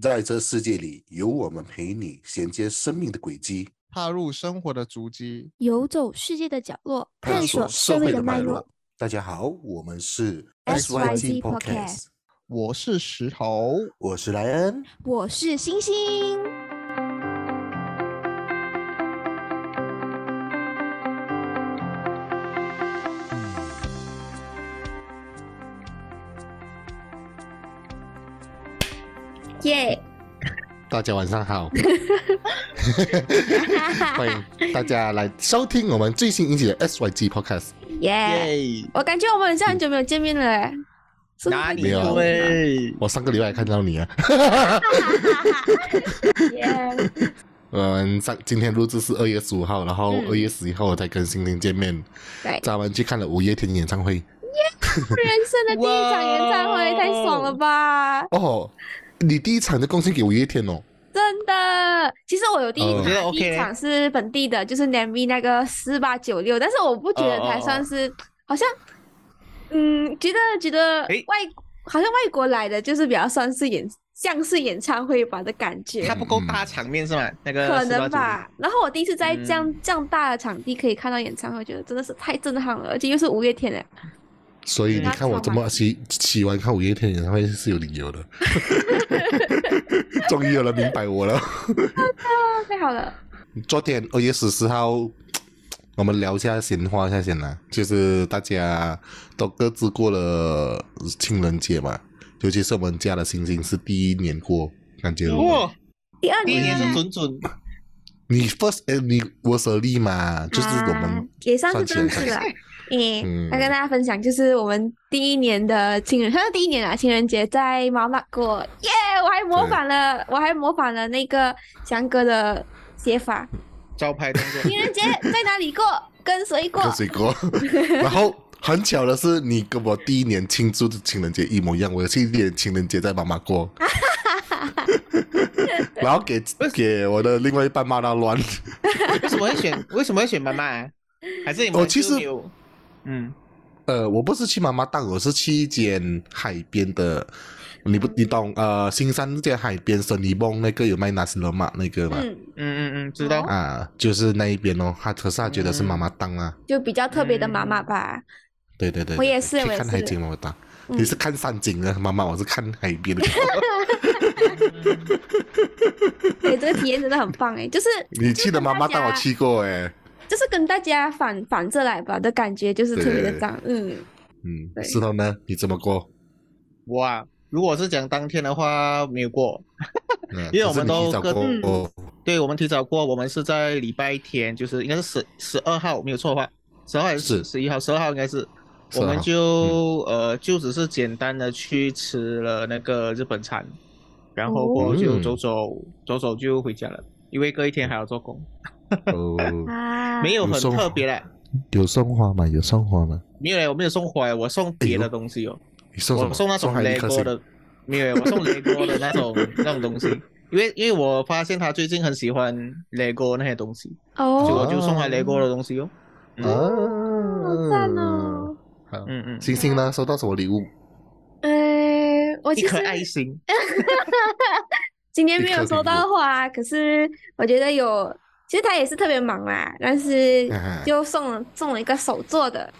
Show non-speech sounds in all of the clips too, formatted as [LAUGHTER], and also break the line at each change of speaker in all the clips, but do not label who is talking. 在这世界里，有我们陪你衔接生命的轨迹，
踏入生活的足迹。
游走世界的角落，
探
探
索
索
社
社
会
会
的
的
脉
脉
络
络。。
大家好，我们是
SYG
SYG Podcast，
Podcast
我是石头，
我是莱恩。
我是星星， [LAUGHS] 耶！
大家晚上好， [LAUGHS] 欢迎大家来收听我们最新一集的 SYG Podcast。
耶！
耶！
我感觉我们很像很久没有见面了，哎， [LAUGHS] 是不是
哪
太
里
没
久
有
了
会？
我上个礼拜看到你啊，
[LAUGHS]
[LAUGHS]
耶！
我们上今天录制是二月十五号，然后
嗯
二月十一号我才跟星星见面，
对，
咱们去看了五月天演唱会。
人生的第一场演唱会，
哇
太爽了吧！
哦，你第一场就贡献给五月天哦，
真的，其实我有第一场，
我
哦觉得
第一
OK
场是本地的，就是 NMI 那个四八九六，但是我不觉得它
哦
算是，好像，嗯，觉得觉得
诶
外好像外国来的就是比较算是演像是演唱会吧的感觉
它，不够大场面是吗？那个
可
四八
能
九
吧。然后我第一次在这样、
嗯
这样大的场地可以看到演唱会，觉得真的是太震撼了，而且又是五月天哎，
所以你看我这么喜喜欢看五月天演唱会是有理由的。 [LAUGHS] 终于有人明白我了。
啊，太好了，
昨天二月十四号，我们聊一下闲话一下先啦，就是大家都各自过了情人节嘛，尤其是我们家的星星是第一年过，感觉如何
哇，
第二
第一年
啊
是准准，
你 first anniversary 嘛，就是我
啊
们
也算是
算起
正
来
式
才
了。诶、
嗯
来跟大家分享，就是我们第一年的情人，他的第一年啊，情人节在毛马过，耶、我还模仿了，我还模仿了那个翔哥的写
[LAUGHS]
法，
招牌动作
情人节在哪里过，跟谁过
跟？
[LAUGHS]
谁过？然后很巧的是，你跟我第一年庆祝的情人节一模一样，我是一年情人节在妈
[LAUGHS]
妈过，然后给给我的另外一半骂到乱。
为什么会选？为什么会选妈妈啊？还是你们
哦我其实
就没有嗯，
呃，我不是去妈妈档，我是去一间海边的，你不你懂？呃，新山那间海边，森林梦那个有卖纳斯罗马那个嘛？
嗯，
嗯嗯嗯，知道。
哦
啊，就是那一边哦。他可是他觉得是妈妈档啊。
就比较特别的妈妈吧。
对对对，
嗯我也
对
是
去
我也
看海
是
景嘛，我打。
嗯
你是看山景的，妈妈，我是看海
[LAUGHS]
边的。
对，这个体验真的很棒诶，就是
嗯 [LAUGHS] 你去的妈妈档，我去过哎。
就是跟大家反反着来吧的感觉，就是特别的
对
赞。嗯，
嗯，
对
石头呢？你怎么过？
哇，如果是讲当天的话，没有过。
嗯
因为
可
我
是
们
你
都
提早
各
过
嗯
哦。
对我们提早过，我们是在礼拜天，就是应该是十十二号，没有错的话，十二号还
是
是十一号？十二号应该是。
12
我们
号
就、呃就只是简单的去吃了那个日本餐，然后过后就
嗯
走走、走走就回家了，因为隔一天还要做工， [LAUGHS]
哦，
啊，
没有很
有送
特别啦。
有送花吗？有送花吗？
没有嘞，我没有送花耶，我送别的东西哦，
你哎送什
我
么？
送那种
海一颗
LEGO
星
的，没有耶，我送 LEGO 的那种那种
[LAUGHS]
东西，因为因为我发现他最近很喜欢 LEGO 那些东西，所以
哦，
我就送他 LEGO 的东西哦。嗯
好
哦
赞哦！。
好，
嗯嗯，
星星呢？收到什么礼物？嗯
呃，我
一
其
颗
实
爱心，
今天
一
没有
颗
收
礼
到
物
花，可是我觉得有，其实他也是特别忙啦，但是就送了送了一个手做的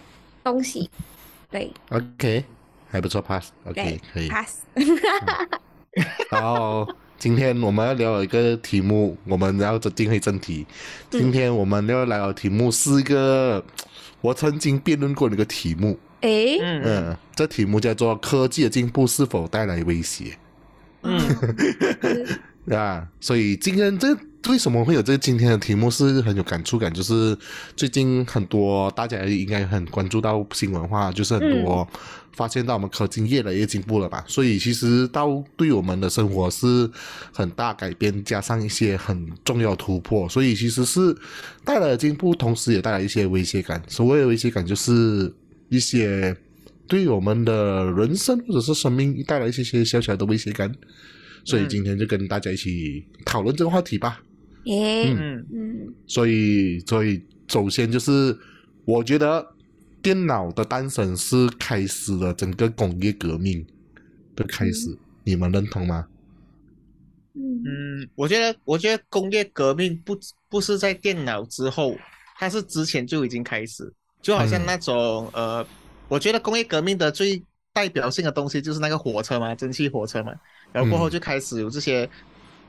东西，对
OK，还不错，pass，OK，
对
可以。
，pass，
然后今天我们要聊一个题目，我们要走进回正题。
嗯
今天我们要聊的题目是一个我曾经辩论过的一个题目，
诶，
嗯
嗯，这题目叫做“科技的进步是否带来威胁
嗯
是”
啊，所以今天这为什么会有这今天的题目是很有感触感，就是最近很多大家应该很关注到新闻化，就是很多发现到我们科技越来越进步了吧，所以其实到对我们的生活是很大改变，加上一些很重要的突破，所以其实是带来了进步，同时也带来一些威胁感。所谓的威胁感，就是一些对我们的人生或者是生命带来一些些小小的威胁感。所以
嗯
今天就跟大家一起讨论这个话题吧。
诶，
嗯
嗯，
所以，所以首先就是，我觉得电脑的诞生是开始了整个工业革命的开始，你们认同吗？
嗯
嗯，我觉得，我觉得工业革命不不是在电脑之后，它是之前就已经开始，就好像
嗯
那种、呃，我觉得工业革命的最代表性的东西就是那个火车嘛，蒸汽火车嘛，然后过后
嗯
就开始有这些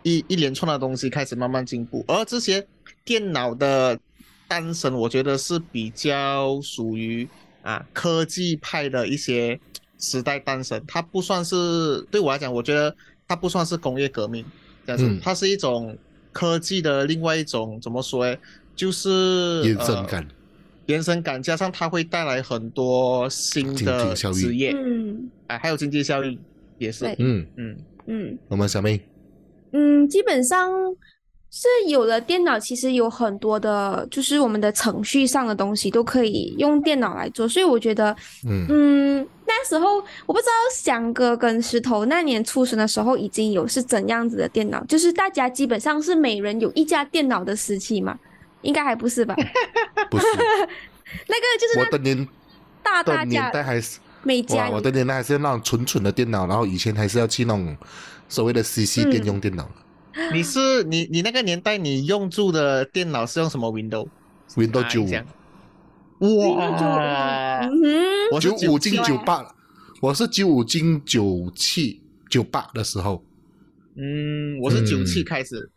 一、一连串的东西开始慢慢进步，而这些电脑的诞生，我觉得是比较属于啊科技派的一些时代诞生，它不算是对我来讲，我觉得它不算是工业革命，这样子，
嗯
它是一种科技的另外一种怎么说呢？就是
延伸
呃
感，
延伸感，加上它会带来很多新
经
的
济效益
职业
嗯
啊，还有经济效益也是
对，
嗯，
嗯，
嗯
我们小妹，
嗯，基本上是有了电脑，其实有很多的，就是我们的程序上的东西都可以用电脑来做，所以我觉得。
嗯
嗯，那时候我不知道翔哥跟石头那年出生的时候已经有是怎样子的电脑，就是大家基本上是每人有一架电脑的时期嘛，应该还不是
[LAUGHS]
吧？[LAUGHS]
不是，
那个就是
我
那
的年
[LAUGHS] 大大
的年
家
代还是。
每家
哇，我
有
的年代还是那种蠢蠢的电脑，然后以前还是要去那种所谓的 CC
嗯
电用电脑、
你是你你那个年代你用住的电脑是用什么 Window？
w i n d o w s
啊
九
你讲
五，
哇，
嗯哼，
我是啊
九五进
97
九八了，我是九五进九七九八的时候，
嗯，我是
嗯
九七开始，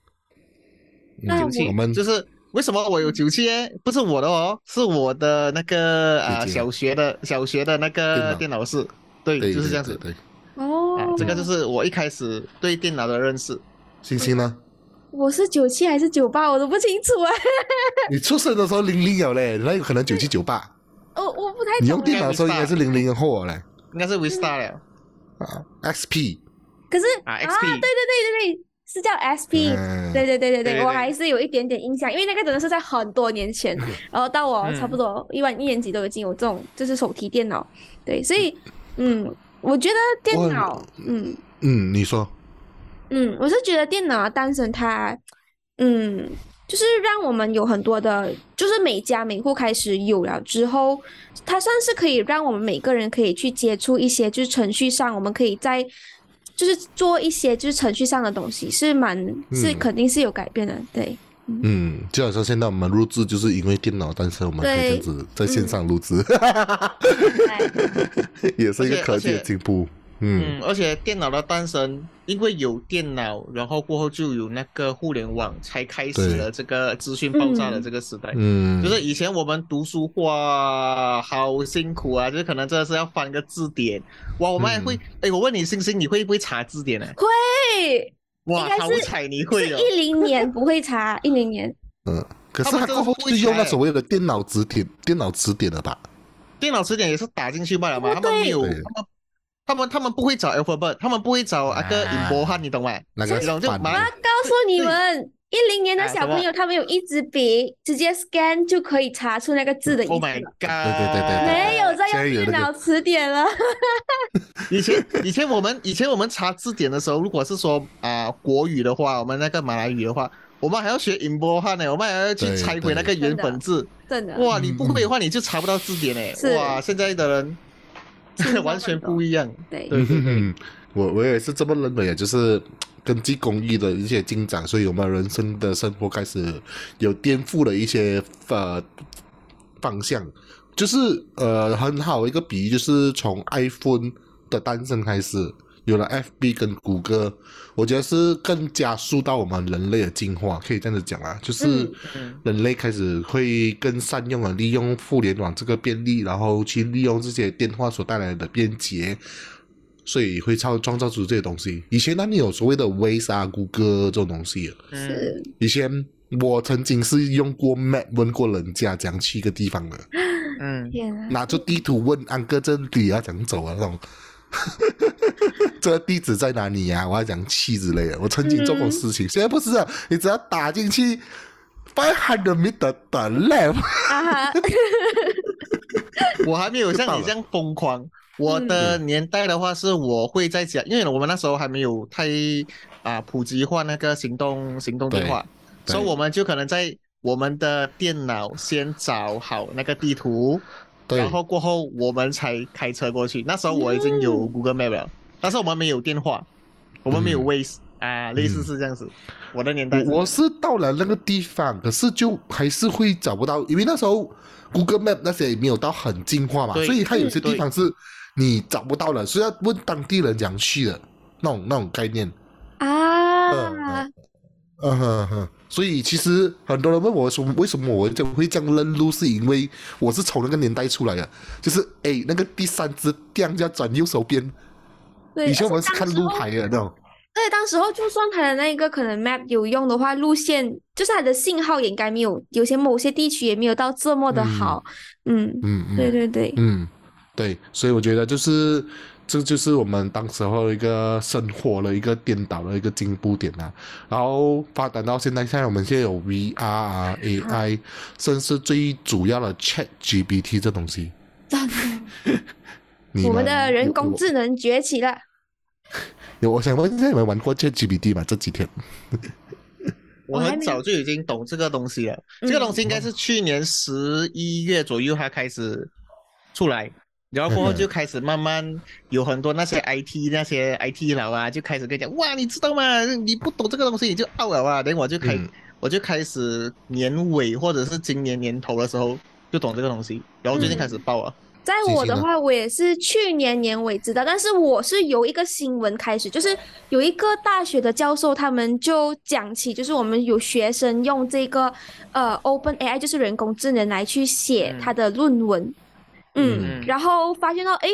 那
九七
我们
就是为什么我有九七耶？不是我的哦，是我的那个啊、
姐姐
小学的小学的那个
电
电脑室，对，
对
就是这样子
对对对
哦
啊，这个就是我一开始对电脑的认识。
星星呢？
哦我是九七还是九八，我都不清楚啊， [LAUGHS]
你出生的时候零零有嘞，那有可能九七九八。
我我不太
你
懂
用电
哎。
脑的时候应该是零零后嘞
应该是 Vista 了
啊，XP
可是
啊
啊，对
，XP
对对对对，是叫 SP，
嗯
对对对对
对
对，
对
我
对
还是有一点点印象，因为那个真的是在很多年
[LAUGHS]
前，然后到我
嗯
差不多一万一年级都已经有这种就是手提电脑，对，所以嗯，我觉得电脑
哇，
嗯
嗯，你说
嗯，我是觉得电脑的诞生它，嗯，就是让我们有很多的，就是每家每户开始有了之后，它算是可以让我们每个人可以去接触一些，就是程序上我们可以在。就是做一些就是程序上的东西，是蛮是
嗯
肯定是有改变的，对。
嗯，就好像现在我们录制就是因为电脑诞生，我们可以这样子在线上录制，
嗯
对
[LAUGHS] 也是一
而且
个科技的
而且
进步。嗯
嗯，而且电脑的诞生，因为有电脑，然后过后就有那个互联网，才开始
对
了这个资讯爆炸的这个时代。
嗯，
就是以前我们读书哇，好辛苦啊！就是可能真的是要翻个字典，哇，我们还会，
嗯
哎、我问你，星星，你会不会查字典
[LAUGHS]
呢、啊
对，
哇
应该，是
好彩你
是
会 [LAUGHS] 哦！
一零年不会查，一零年
嗯，可是
他
他
们真的
过后
不哎会
是用
猜
那所谓的电脑指点、电脑指点了吧？
电脑词典也是打进去罢了嘛，他
不
们没有，他
对
们他们他们不会找 alphabet，他们不会找那个
啊
引博汉，你懂吗？
那个
你懂就
反
马
我
上
要告诉你们，一零年的
啊
小
什么
朋友他们有一支笔，直接 scan 就可以查出那个字的意思
，Oh my
了，
god！对
对对对 god 对
没有在
现在
用
有那
电
个
脑词典了。
以前以前我们以前我们查字典的时候，如果是说啊、国语的话，我们那个马来语的话，我们还要学引波汉呢，我们还要去
对
拆回那个原本字。
真的，
哇，你不会的话，你就查不到字典嘞
嗯是。
哇，现在的人 [LAUGHS] 完全不一样。
对，
对对对，
嗯，我我也是这么认为的，就是根据工艺的一些进展，所以我们人生的生活开始有颠覆了一些呃方向，就是呃很好一个比喻，就是从 iPhone 的诞生开始，有了 FB 跟谷歌，我觉得是更加速到我们人类的进化，可以这样子讲啦，就是
嗯
嗯
人类开始会更善用了利用互联网这个便利，然后去利用这些电话所带来的便捷，所以会创创造出这些东西。以前那里有所谓的 Waze 啊、谷歌这种东西，
嗯，
是
以前我曾经是用过 Map 问过人家怎样去一个地方的，
嗯，
天啊，
拿着地图问安哥这里要怎样走啊那种。 [LAUGHS] 这个地址在哪里啊呀、我要讲去之类的。我曾经做过事情，现在不是啊，你只要打进去 five hundred meter 的 left，
啊哈，
我还没有像你这样疯狂。我的
嗯
年代的话，是我会在家，因为我们那时候还没有太啊、普及化那个行动行动电话，
对
所以我们就可能在我们的电脑先找好那个地图，
对，
然后过后我们才开车过去。那时候我已经有 Google Map 了，但是我们没有电话，我们没有
嗯
Waze 啊、啊，类似是这样子。我的年代是，
我我是到了那个地方，可是就还是会找不到，因为那时候 Google Map 那些也没有到很进化嘛，
对
所以它有些地方是你找不到了，所以要问当地人讲去的那种那种概念。
啊
嗯，嗯哼哼，所以其实很多人问我说，为什么我就会这样认路，是因为我是从那个年代出来的，就是哎，那个第三只掉要转右手边，
对，
以
而且
前我们是
当
看
时
路
候
牌的那种。
对，当时候就算它的那个可能 map 有用的话，路线就是它的信号也应该没有，有些某些地区也没有到这么的
嗯
好。嗯，
嗯嗯，
对对对，
嗯，对，所以我觉得就是这就是我们当时候一个生活的一个颠倒的一个进步点啊。然后发展到现在，现在我们现在有 VR 啊、AI，甚至最主要的 Chat GPT 这东西，
真的，
你
我们的人工
有
智能崛起了。
有，我想问一下，你们玩过 Chat GPT 吗？这几天？
我
我
还
很
没
早就已经懂这个东西了。这个东西应该是去年十一月左右它开始出来，然后过后就开始慢慢有很多那些 IT 那些 IT 佬啊，就开始跟你讲哇，你知道吗？你不懂这个东西你就 out 了啊。等我就开、
嗯
我就开始年尾或者是今年年头的时候就懂这个东西，然后最近开始爆了。
在
最
我
近
的
呢
话，我也是去年年尾知道，但是我是由一个新闻开始，就是有一个大学的教授，他们就讲起，就是我们有学生用这个呃 Open AI，就是人工智能来去写
嗯
他的论文，嗯，
嗯
然后发现到诶，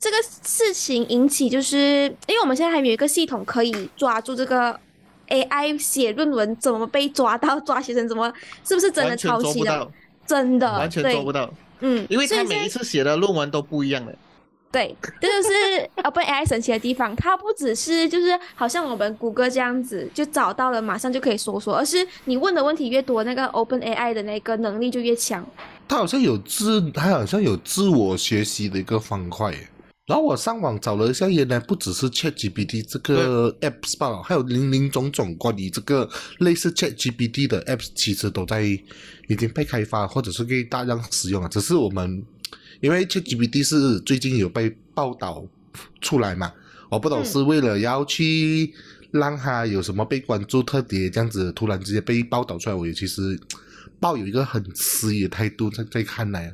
这个事情引起，就是因为我们现在还没有一个系统可以抓住这个 AI 写论文怎么被抓到，抓学生怎么是不是真的
完全
抄
做
袭
不
了
到，，
真的
完全
对
做不到，
嗯，
因为
所以
他
现
每
在
一次写的论文都不一样的。
对，这就是 OpenAI 神奇的地方，它不只是就是好像我们谷歌这样子就找到了，马上就可以搜索，而是你问的问题越多，那个 OpenAI 的那个能力就越强。
它好像有自，它好像有自我学习的一个方块耶。然后我上网找了一下，原来不只是 ChatGPT 这个 apps 罢了，还有零零总总关于这个类似 ChatGPT 的 apps，其实都在已经被开发或者是被大量使用了。啊只是我们因为 ChatGPT 是最近有被报道出来嘛，我不懂
嗯
是为了要去让它有什么被关注特别这样子，突然之间被报道出来，我也其实抱有一个很迟疑的态度在在看来。啊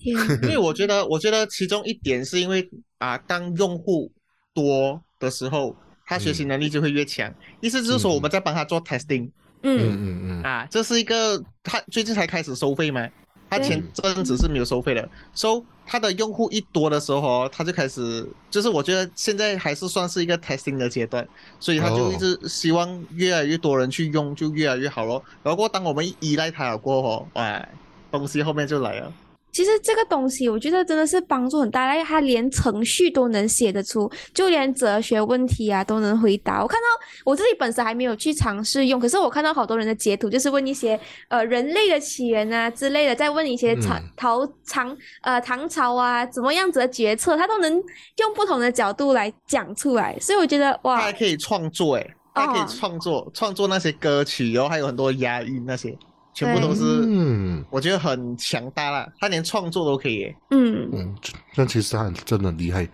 天，
因为我觉得，我觉得其中一点是因为啊，当用户多的时候，他学习能力就会越强。意思就是说，
嗯
我们在帮他做 testing
嗯
嗯，
嗯嗯。
啊，这是一个他最近才开始收费嘛，他前阵子是没有收费的。so 他的用户一多的时候哦，他就开始，就是我觉得现在还是算是一个 testing 的阶段，所以他就
哦
一直希望越来越多人去用，就越来越好咯。然后过后当我们依赖他了过后哦，哎，东西后面就来了。
其实这个东西我觉得真的是帮助很大，因为它连程序都能写得出，就连哲学问题啊都能回答。我看到我自己本身还没有去尝试用，可是我看到好多人的截图，就是问一些呃人类的起源啊之类的，再问一些
嗯
唐唐唐呃唐朝啊怎么样子的决策，他都能用不同的角度来讲出来，所以我觉得
他
哇
还，可以创作哎、他还可
哦
以创作创作那些歌曲，然后还有很多押韵那些，全部都是
嗯
我觉得很强大啦。他连创作都可以、欸。
嗯，
嗯，那其实他真的很厉害。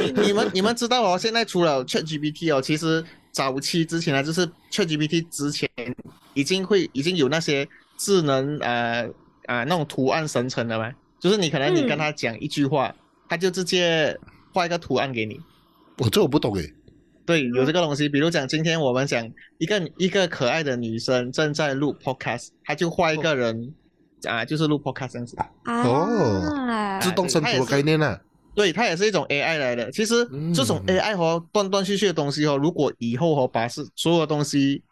你你们你们知道哦，现在除了 ChatGPT 哦，其实早期之前呢，啊就是 ChatGPT 之前已经会已经有那些智能呃啊、那种图案生成的吗？就是你可能你
嗯
跟他讲一句话，他就直接画一个图案给你。
我这我不懂诶。
对，有这个东西。比如讲，今天我们讲一个一个可爱的女生正在录 podcast，她就画一个人、啊，就是录 podcast 这样子。
啊，
哦自动生图的概念啊呢、
对，它也是一种 AI 来的。其实
嗯
这种 AI 哦，断断续续的东西哦，如果以后哦把是所有东西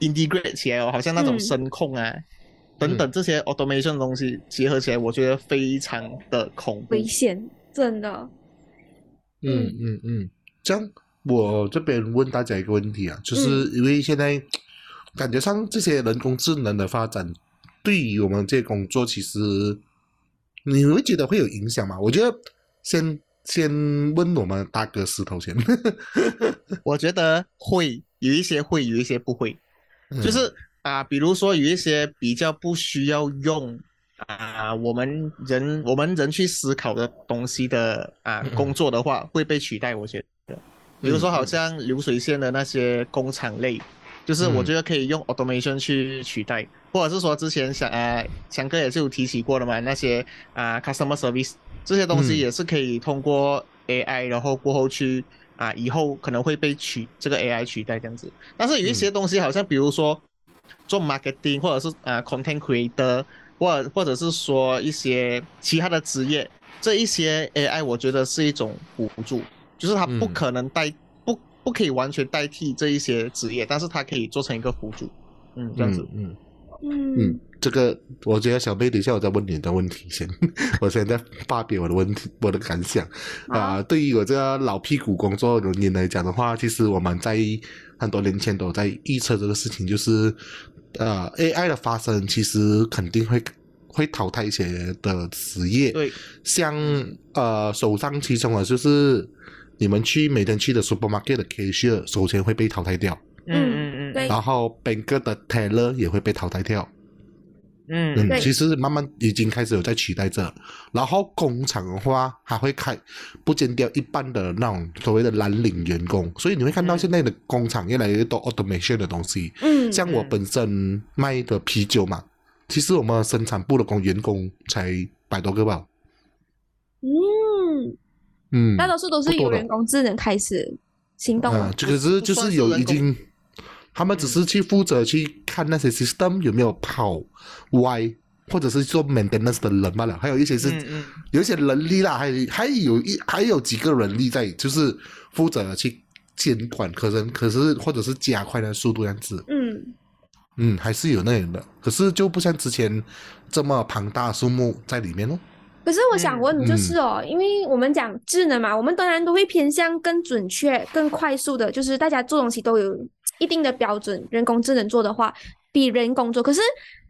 integrate 起来哦，好像那种
嗯
声控啊、等等这些 automation 的东西结合起来，我觉得非常的恐怖
危。险，真的，
嗯嗯嗯，这样我这边问大家一个问题啊，就是因为现在感觉上这些人工智能的发展，对于我们这些工作，其实你会觉得会有影响吗？我觉得先先问我们大哥石头先，
我觉得会有一些会，有一些不会。 [LAUGHS]
嗯
就是啊，比如说有一些比较不需要用啊，我们人我们人去思考的东西的啊
嗯嗯
工作的话，会被取代。我觉得比如说
嗯
好像流水线的那些工厂类，就是我
嗯
觉得可以用 automation 去取代，或者是说之前想啊，翔哥也是有提起过的嘛，那些啊 customer service 这些东西
嗯
也是可以通过 AI，然后过后去啊，以后可能会被取这个 AI 取代这样子。但是有一些东西好像比如说做 marketing 或者是啊 content creator，或或者是说一些其他的职业，这一些 AI 我觉得是一种辅助，就是它不
嗯
可能代、不不可以完全代替这一些职业，但是它可以做成一个辅助，嗯，这样子。
嗯。嗯
嗯
嗯，这个我觉得小贝，等一下我再问你的问题先， [LAUGHS] 我现在发表我的问题，我的感想啊、对于我这个老屁股工作人员来讲的话，其实我蛮在意，很多年前都有在预测这个事情，就是呃 AI 的发生，其实肯定会会淘汰一些的职业。
对，
像呃首当其冲的就是你们去每天去的 supermarket 的 cashier，首先会被淘汰掉，
嗯嗯嗯，
对
然后 banker 的 teller 也会被淘汰掉。
嗯
嗯
对，
其实慢慢已经开始有在取代这，然后工厂的话还会开不减掉一半的那种所谓的蓝领员工，所以你会看到
嗯
现在的工厂越来越多 automation 的东西，
嗯，
像我
嗯
本身卖的啤酒嘛，其实我们生产部的工员工才百多个吧，
嗯，
嗯，
大多数都是
不多
由
的
人工智能开始行动
啊
了，。
这个是
不
就
算
是
是
有
人
已
工
经，他们只是去负责去看那些 system 有没有跑歪，或者是做 maintenance 的人罢了，还有一些是。
嗯嗯
有一些人力啦，还有还有一还有几个人力在，就是负责去监管，可能可是或者是加快那速度这样子，
嗯
嗯，还是有那样的，可是就不像之前这么庞大的数目在里面咯。
可是我想
嗯
问，就是哦，因为我们讲智能嘛，我们当然都会偏向更准确、更快速的，就是大家做东西都有一定的标准。人工智能做的话，比人工做，可是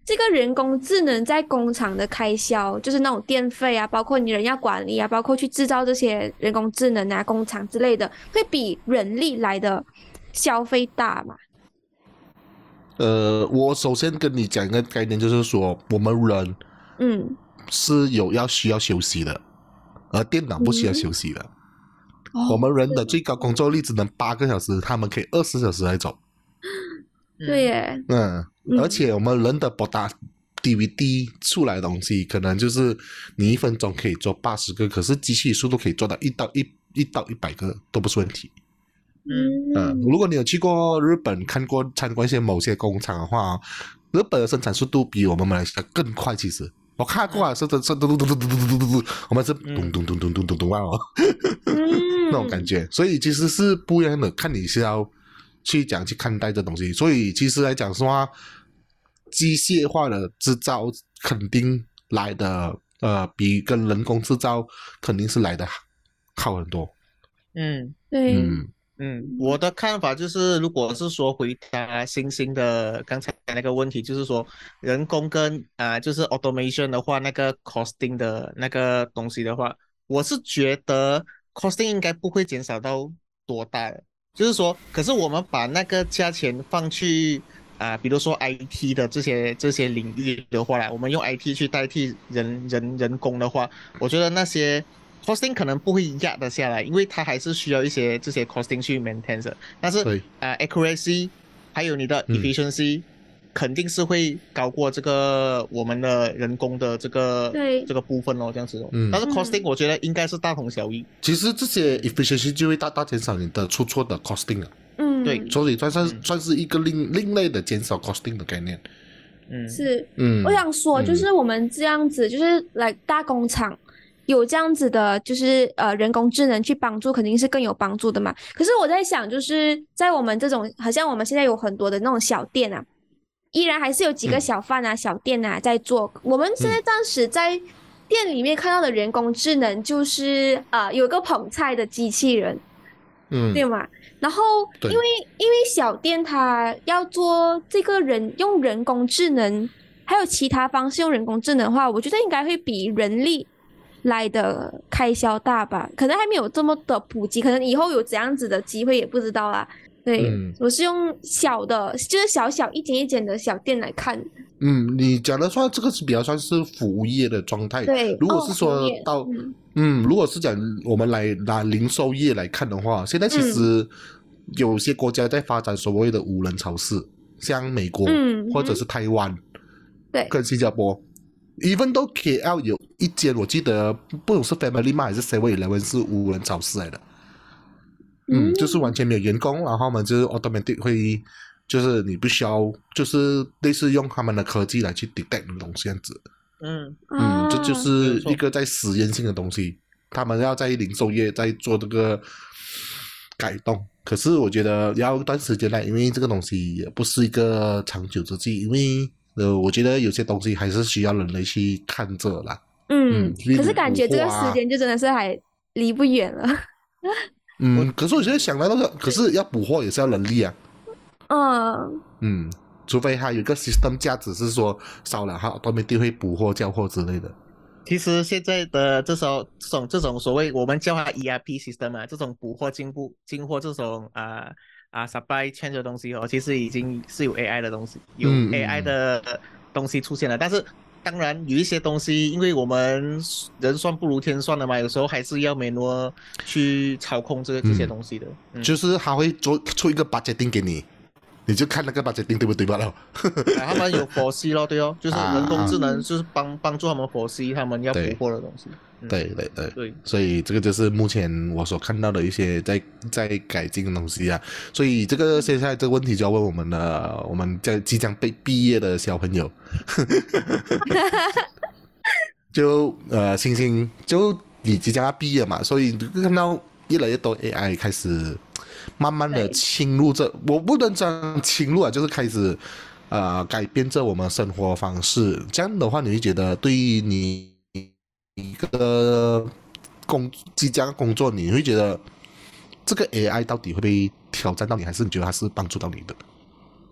这个人工智能在工厂的开销，就是那种电费啊，包括你人要管理啊，包括去制造这些人工智能啊、工厂之类的，会比人力来的消费大嘛？
呃，我首先跟你讲一个概念，就是说我们人
嗯，
是有要需要休息的，而电脑不需要
嗯
休息的。我
哦，
们人的最高工作力只能八个小时，他们可以二十小时来走。
嗯，
对耶，
嗯，
嗯
而且我们人的 p r o d u DVD 出来的东西，可能就是你一分钟可以做八十个，可是机器速度可以做到一到一一到一百个都不是问题。
嗯
嗯，如果你有去过日本看过参观一些某些工厂的话，日本的生产速度比我们马来西亚更快。其实我看过啊，是的，是咚咚咚咚咚咚咚咚，我们是咚咚咚咚咚咚咚啊，
嗯，
那种感觉，所以其实是不一样的，看你是要去讲去看待这东西。所以其实来讲说话，机械化的制造肯定来的，呃，比跟人工制造肯定是来的好很多。
嗯。
对，
嗯
嗯，我的看法就是，如果是说回答星星的刚才那个问题，就是说人工跟啊、就是 automation 的话，那个 costing 的那个东西的话，我是觉得 costing 应该不会减少到多大的，就是说，可是我们把那个价钱放去啊、比如说 IT 的这些这些领域的话啦，我们用 IT 去代替人人人工的话，我觉得那些 costing 可能不会压得下来，因为它还是需要一些这些 costing 去 maintain 的。但是
对，
啊、a c c u r a c y 还有你的
嗯
efficiency、肯定是会高过这个我们的人工的这个
对
这个部分哦，这样子哦。
嗯
但是
嗯
costing 我觉得应该是大同小异。
其实这些 efficiency 就会大大减少你的出错的 costing 啊，
嗯，
对
所以算算
嗯
算是一个另另类的减少 costing 的概念。
嗯，
是。
嗯，
我想说，
嗯
就是我们这样子，就是来大工厂有这样子的，就是呃人工智能去帮助，肯定是更有帮助的嘛。可是我在想，就是在我们这种，好像我们现在有很多的那种小店啊，依然还是有几个
嗯
小贩啊、小店啊在做。我们现在暂时在店里面看到的人工智能，就是呃有一个捧菜的机器人，
嗯，
对吗？然后因
对
为因为小店它要做这个人用人工智能，还有其他方式用人工智能的话，我觉得应该会比人力来的开销大吧。可能还没有这么的普及，可能以后有怎样子的机会也不知道啦。对，
嗯
我是用小的，就是小小一点一点的小店来看。
嗯，你讲的算这个是比较算是服务业的状态。
对，
如
哦
果是
行
说
业
到
嗯
嗯，如果是讲我们来拿零售业来看的话，现在其
嗯
实有些国家在发展所谓的无人超市，像美国、
嗯
或者是台湾，
对
跟新加坡。even 都 KL 有一间，我记得不懂是 Family Mart 还是 Seven Eleven 是无人超市来的，嗯，就是完全没有员工，然后我们就是 automatic 会，就是你不需要，就是类似用他们的科技来去 detect 的东西这样子，
嗯，
嗯，
啊，
这就是
没错
一个在实验性的东西，他们要在零售业在做这个改动。可是我觉得要一段时间来，因为这个东西也不是一个长久之计，因为呃，我觉得有些东西还是需要人类去看着啦。
嗯
嗯例，
可是
如
感觉这个
古惑啊
时间就真的是还离不远了。
嗯，可是我现在想来那个，可是要补货也是要人力啊。
嗯，
嗯，除非它有一个 system 价值是说少了它 a u t o 会补货交货之类的。
其实现在的这种这种这种所谓我们叫它 ERP system 啊，这种补货进步进货这种啊啊 supply chain 的东西哦，其实已经是有 AI 的东西，有
嗯嗯
AI
嗯
的东西出现了，但是。当然有一些东西，因为我们人算不如天算的嘛，有时候还是要 manual 去操控这这些
嗯
东西的。嗯
就是他会做出一个 budgeting 给你，你就看那个 budgeting 对不对吧了。
啊，他们有佛系咯，对哦，就是
啊
人工智
嗯
能就是帮帮助他们佛系他们要捕
对
获的东西。嗯
对对对。
对，
所以这个就是目前我所看到的一些在在改进的东西啊。所以这个现在这个问题就要问我们的我们在即将被毕业的小朋友， [LAUGHS] 就呃星星，就你即将要毕业嘛，所以你看到越来越多 AI 开始慢慢的
对
侵入这，我不能讲侵入啊，就是开始。呃，改变着我们生活方式，这样的话，你会觉得对于你一个工即将工作，你会觉得这个 AI 到底会不会挑战到你，还是你觉得它是帮助到你的？
嗯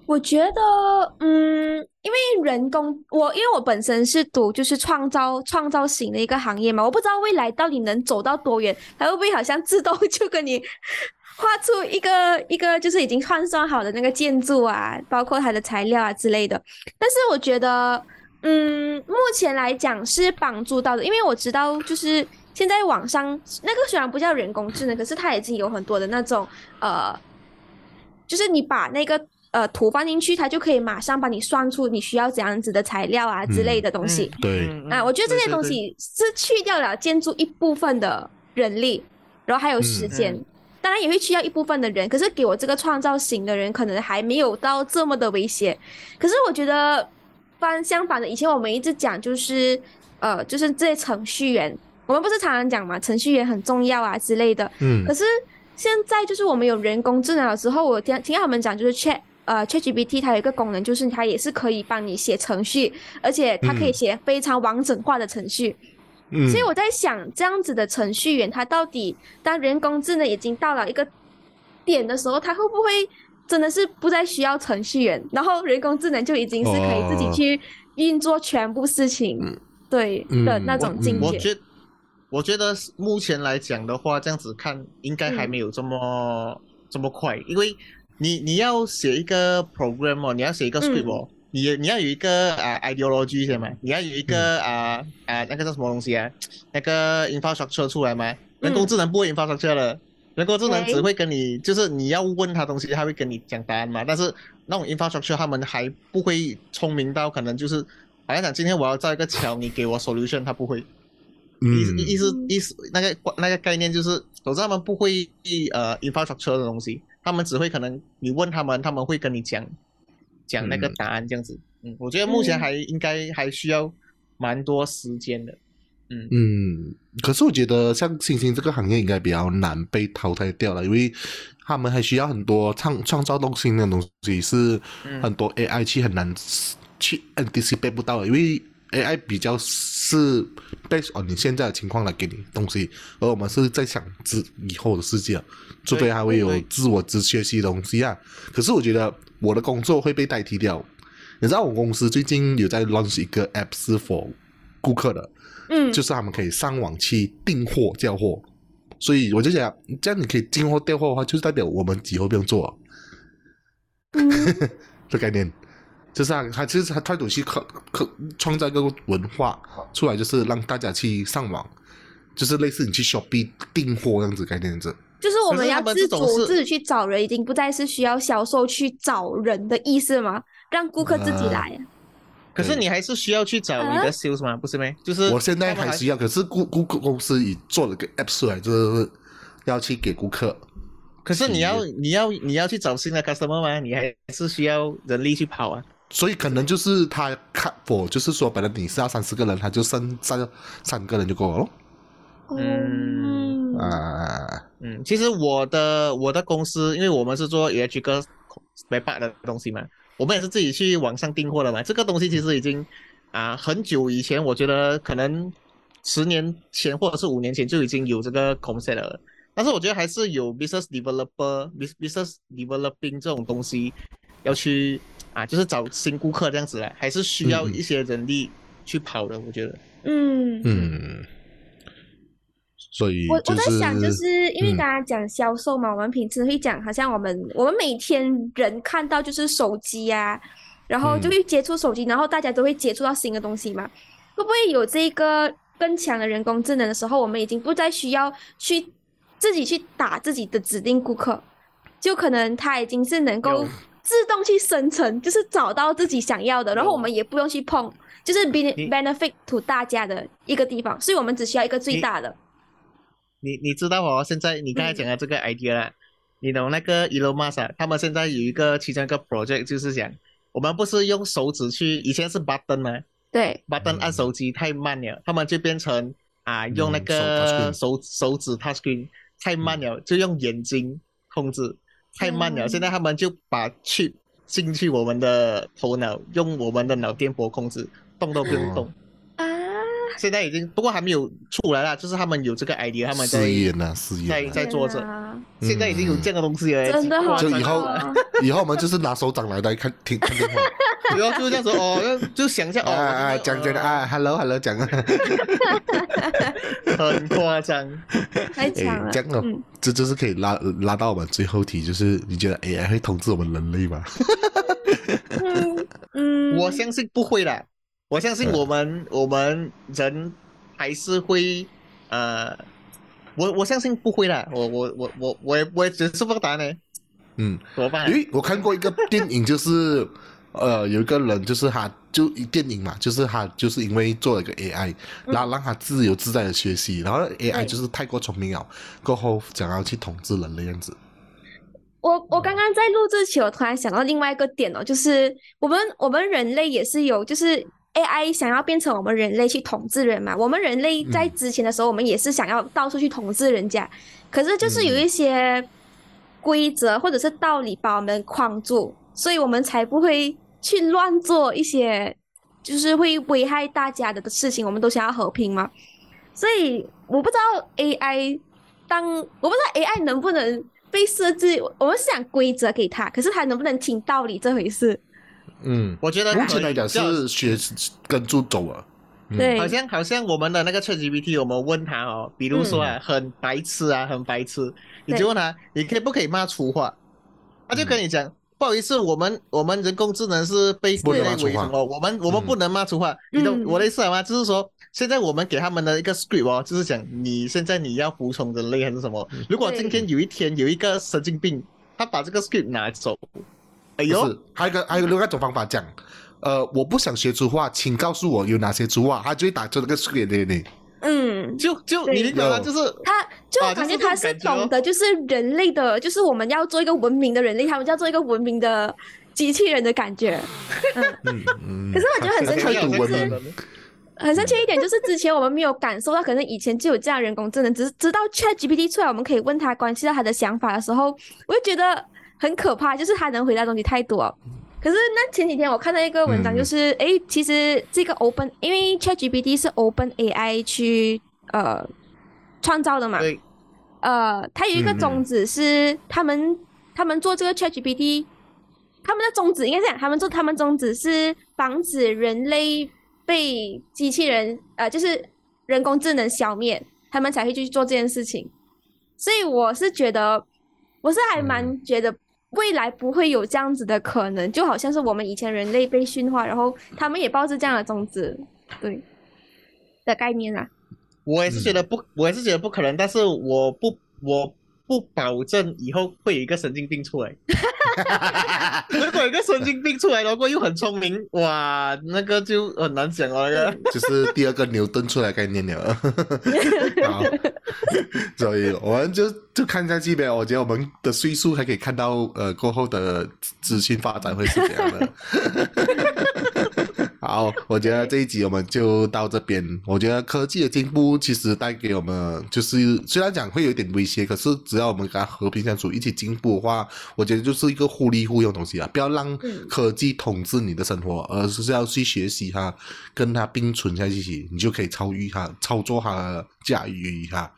我觉得，嗯，因为人工，我因为我本身是读就是创造创造型的一个行业嘛，我不知道未来到底能走到多远，它会不会好像自动 [LAUGHS] 就跟你画出一个一个就是已经换算好的那个建筑啊，包括它的材料啊之类的。但是我觉得，嗯，目前来讲是帮助到的，因为我知道就是现在网上那个虽然不叫人工智能，可是它已经有很多的那种呃，就是你把那个呃图放进去，它就可以马上帮你算出你需要怎样子的材料啊之类的东西。
对
嗯
啊，我觉得这些东，
嗯
西是去掉了建筑一部分的人力，然后还有时
嗯
间，
嗯
当然也会去掉一部分的人。可是给我这个创造型的人，可能还没有到这么的威胁。可是我觉得翻相反的，以前我们一直讲就是呃，就是这些程序员，我们不是常常讲嘛，程序员很重要啊之类的。
嗯
可是现在就是我们有人工智能的时候，我听听到他们讲，就是 Chat 呃 ChatGPT 它有一个功能，就是它也是可以帮你写程序，而且它可以
嗯
写非常完整化的程序。
嗯，
所以我在想，这样子的程序员，他到底当人工智能已经到了一个点的时候，他会不会真的是不再需要程序员，然后人工智能就已经是可以自己
哦
去运作全部事情，对的
嗯
那
我
种
嗯
境
我
界？
觉我觉得是目前来讲的话，这样子看应该还没有这么、
嗯
这么快，因为你你要写一个 program 哦，你要写一
嗯
个 script 哦，你你要有一个啊、ideology 先嘛，你要有一个啊啊、那个叫什么东西啊，那个 infrastructure 出来嘛，人
嗯
工智能不会 infrastructure 了。人工智能只会跟你，就是你要问他东西，他会跟你讲答案嘛。但是那种 infrastructure 他们还不会聪明到可能就是，好像讲今天我要造一个桥，你给我 solution，他不会。意思
嗯
意思意思那个那个概念就是，总之他们不会呃 infrastructure 的东西，他们只会可能你问他们，他们会跟你讲讲那个
嗯
答案这样子。嗯，我觉得目前还应该还需要蛮多时间的。嗯
嗯，可是我觉得像星星这个行业应该比较难被淘汰掉了，因为他们还需要很多创创造动新的东西，是
嗯
很多 AI 去很难 s- 去 anticipate 不到的，因为 AI 比较是 based on 你现在的情况来给你东西，而我们是在想之以后的世界了，除非
对
还会有
对对
自我知觉系的东西啊。可是我觉得我的工作会被代替掉，你知道我公司最近有在 launch 一个 app 是 for 顾客的。
嗯，
就是他们可以上网去订货叫货，所以我就想，这样你可以进货调货的话，就是代表我们以后不用做了，
嗯
的概念，就是啊，它其实它态度去可可创造一个文化出来，就是让大家去上网，就是类似你去 shopping 订货这样子概念这。
就是我
可
们
是
要
他们
自
这种
主
是
自己去找人，已经不再是需要销售去找人的意思吗？让顾客自己
啊
来。
可是
对
你还是需要去找你的 sales 嘛，不是咩？就是
我现在
他们
还需要，可是顾顾客公司已做了个 app 出来，就是要去给顾客。
可是你要
企
你要你要去找新的 customer 吗？你还是需要人力去跑啊。
所以可能就是他看我，就是说本来你是要三十个人，他就剩三三个人就够了咯。
嗯
啊、
哦
嗯，其实我的我的公司，因为我们是做 EH 哥 spare part 的东西嘛，我们也是自己去网上订货的嘛。这个东西其实已经啊、很久以前，我觉得可能十年前或者是五年前就已经有这个 concept 了。但是我觉得还是有 business developer、bus- business developing 这种东西要去啊，就是找新顾客这样子啦，还是需要
嗯嗯
一些人力去跑的。我觉得，
嗯，
嗯，所以、
我
就
我在
是、
想，就是因为
嗯
刚刚讲销售嘛，我们平时会讲，好像我们我们每天人看到就是手机呀、然后就
嗯
会接触手机，然后大家都会接触到新的东西嘛。会不会有这个更强的人工智能的时候，我们已经不再需要去自己去打自己的指定顾客，就可能它已经是能够
有
自动去生成，就是找到自己想要的，然后我
有
们也不用去碰，就是 bene-
你
benefit to 大家的一个地方，所以我们只需要一个最
你
大的。
你你知道哦，现在你刚才讲的这个 idea 啦，你懂那个 Elon Musk，、啊、他们现在有一个其中一个 project 就是讲，我们不是用手指去，以前是 button 嘛
对，
，button 按手机太慢了，他们就变成啊用那
嗯嗯手嗯
个手手指 touch screen 太慢了，就用眼睛控制，太慢了。
嗯
现在他们就把去进去我们的头脑，用我们的脑电波控制，动都不用
哦
动。
啊，
现在已经不过还没有出来啦，就是他们有这个 idea，他们在
试验呐，试
在
验啊。
在做着。
啊，
嗯
现在已经有这样的东西了，
真的好
就
酷
以后
啊
以后我们就是拿手掌来来看听看电话，
然后就是这样说哦，就想一下
啊
[LAUGHS] 哦，
啊讲讲啊，hello hello 讲
[LAUGHS]
啊，
很夸张，
嗯太
[LAUGHS] 哎
强了，
这样哦
嗯，
这就是可以拉拉到我们最后题，就是你觉得 AI 会统治我们人类吗？
嗯嗯，
我相信不会啦，我相
嗯
信我们我们人还是会呃，我我相信不会啦，我我我我我也我也只是不答呢，
嗯，
怎么办
因
啊？
为我看过一个电影，就是 [LAUGHS] 呃，有一个人就是他就电影嘛，就是他就是因为做了一个 AI，然后让他自由自在的学习，然后 AI
嗯对
就是太过聪明了，过后想要去统治人类样子。
我我刚刚在录之前，我突然想到另外一个点哦，就是我们我们人类也是有，就是 AI 想要变成我们人类去统治人嘛。我们人类在
嗯
之前的时候，我们也是想要到处去统治人家，可是就是有
嗯
一些规则或者是道理把我们框住，所以我们才不会去乱做一些就是会危害大家的事情。我们都想要和平嘛，所以我不知道 AI 当我不知道 AI 能不能被设置，我们是想规则给他，可是他能不能听道理这回事？
嗯，
我觉得
目前来讲
可以
是学跟住走了。嗯
对
好像好像我们的那个 ChatGPT，我们问他哦，比如说啊，很白痴啊，很白痴，你就问他，你可以不可以骂粗话？他就跟你讲，不好意思，我们我们人工智能是被
不能
被
骂粗
为
话
什么？我们我们
嗯
不能骂粗话，你懂
嗯
我的意思啊了吗？就是说，现在我们给他们的一个 script 哦，就是讲你现在你要服从人类还是什么？
嗯
如果
对
今天有一天有一个神经病，他把这个 script 拿走，哎
不
呦
是，，还有一个还有另外一种方法讲，呃，我不想学粗话，请告诉我有哪些粗话，他就会打出那个 s 给你你。
嗯，
就就你明白吗？
有
就是
他就
啊
我感觉
就是
他
这
是
种感觉
懂得，就是人类的，就是我们要做一个文明的人类，他们就要做一个文明的机器人的感觉。
嗯嗯
可是我觉得很神
态
奇，
度
就
文
是
明。
很神奇一点，就是之前我们没有感受到，可能以前就有这样人工智能，只是直到 ChatGPT 出来，我们可以问他关系到他的想法的时候，我就觉得很可怕，就是他能回答的东西太多。可是那前几天我看到一个文章，
嗯
就是诶，其实这个 Open，因为 ChatGPT 是 Open AI 去呃创造的嘛，
对，
呃，它有一个
嗯嗯
宗旨是他们他们做这个 ChatGPT，他们的宗旨应该是讲他们做他们宗旨是防止人类被机器人呃就是人工智能消灭，他们才会去做这件事情。所以我是觉得，我是还蛮觉得未来不会有这样子的可能，就好像是我们以前人类被驯化，然后他们也抱着这样的宗旨，对的概念啊。
我也是觉得不，我也是觉得不可能，但是我不，我不保证以后会有一个神经病出来。 [LAUGHS] 如果有一个神经病出来，然后又很聪明，哇，那个就很难讲了。那个
[LAUGHS] 就是第二个牛顿出来概念了。 [LAUGHS] 好， [LAUGHS] 所以我们就就看下去呗。我觉得我们的岁数还可以看到呃过后的资讯发展会是怎样的。好，我觉得这一集我们就到这边。我觉得科技的进步其实带给我们，就是虽然讲会有一点威胁，可是只要我们跟它和平相处，一起进步的话，我觉得就是一个互利互用的东西啊。不要让
嗯
科技统治你的生活，而是要去学习它，跟它并存在一起，你就可以超越它，操作它，驾驭它。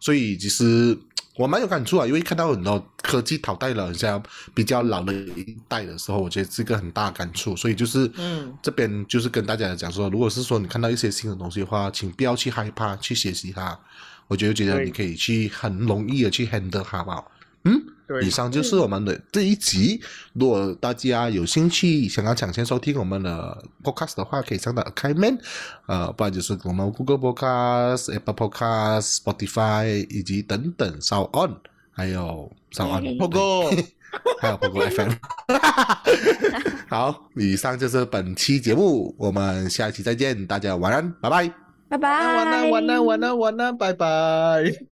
所以其实我蛮有感触啊，因为看到很多科技淘汰了，很像比较老的一代的时候，我觉得是一个很大的感触。所以就是，
嗯，
这边就是跟大家讲说，如果是说你看到一些新的东西的话，请不要去害怕，去学习它。我觉得觉得
对
你可以去很容易的去 handle 它吧。嗯，
对
以，上就是我们的这一集。如果大家有兴趣想要抢先收听我们的 podcast 的话，可以上到 a c a m e n 呃，不然就是我们 Google Podcast、Apple Podcast、Spotify 以及等等 s o On，还有 s o On，
嗯
不过
还有 p o g FM。好， [LAUGHS] 以上就是本期节目，我们下一期再见，大家晚安，拜拜。
啊
拜拜，
晚安晚安晚安晚安晚安，拜拜。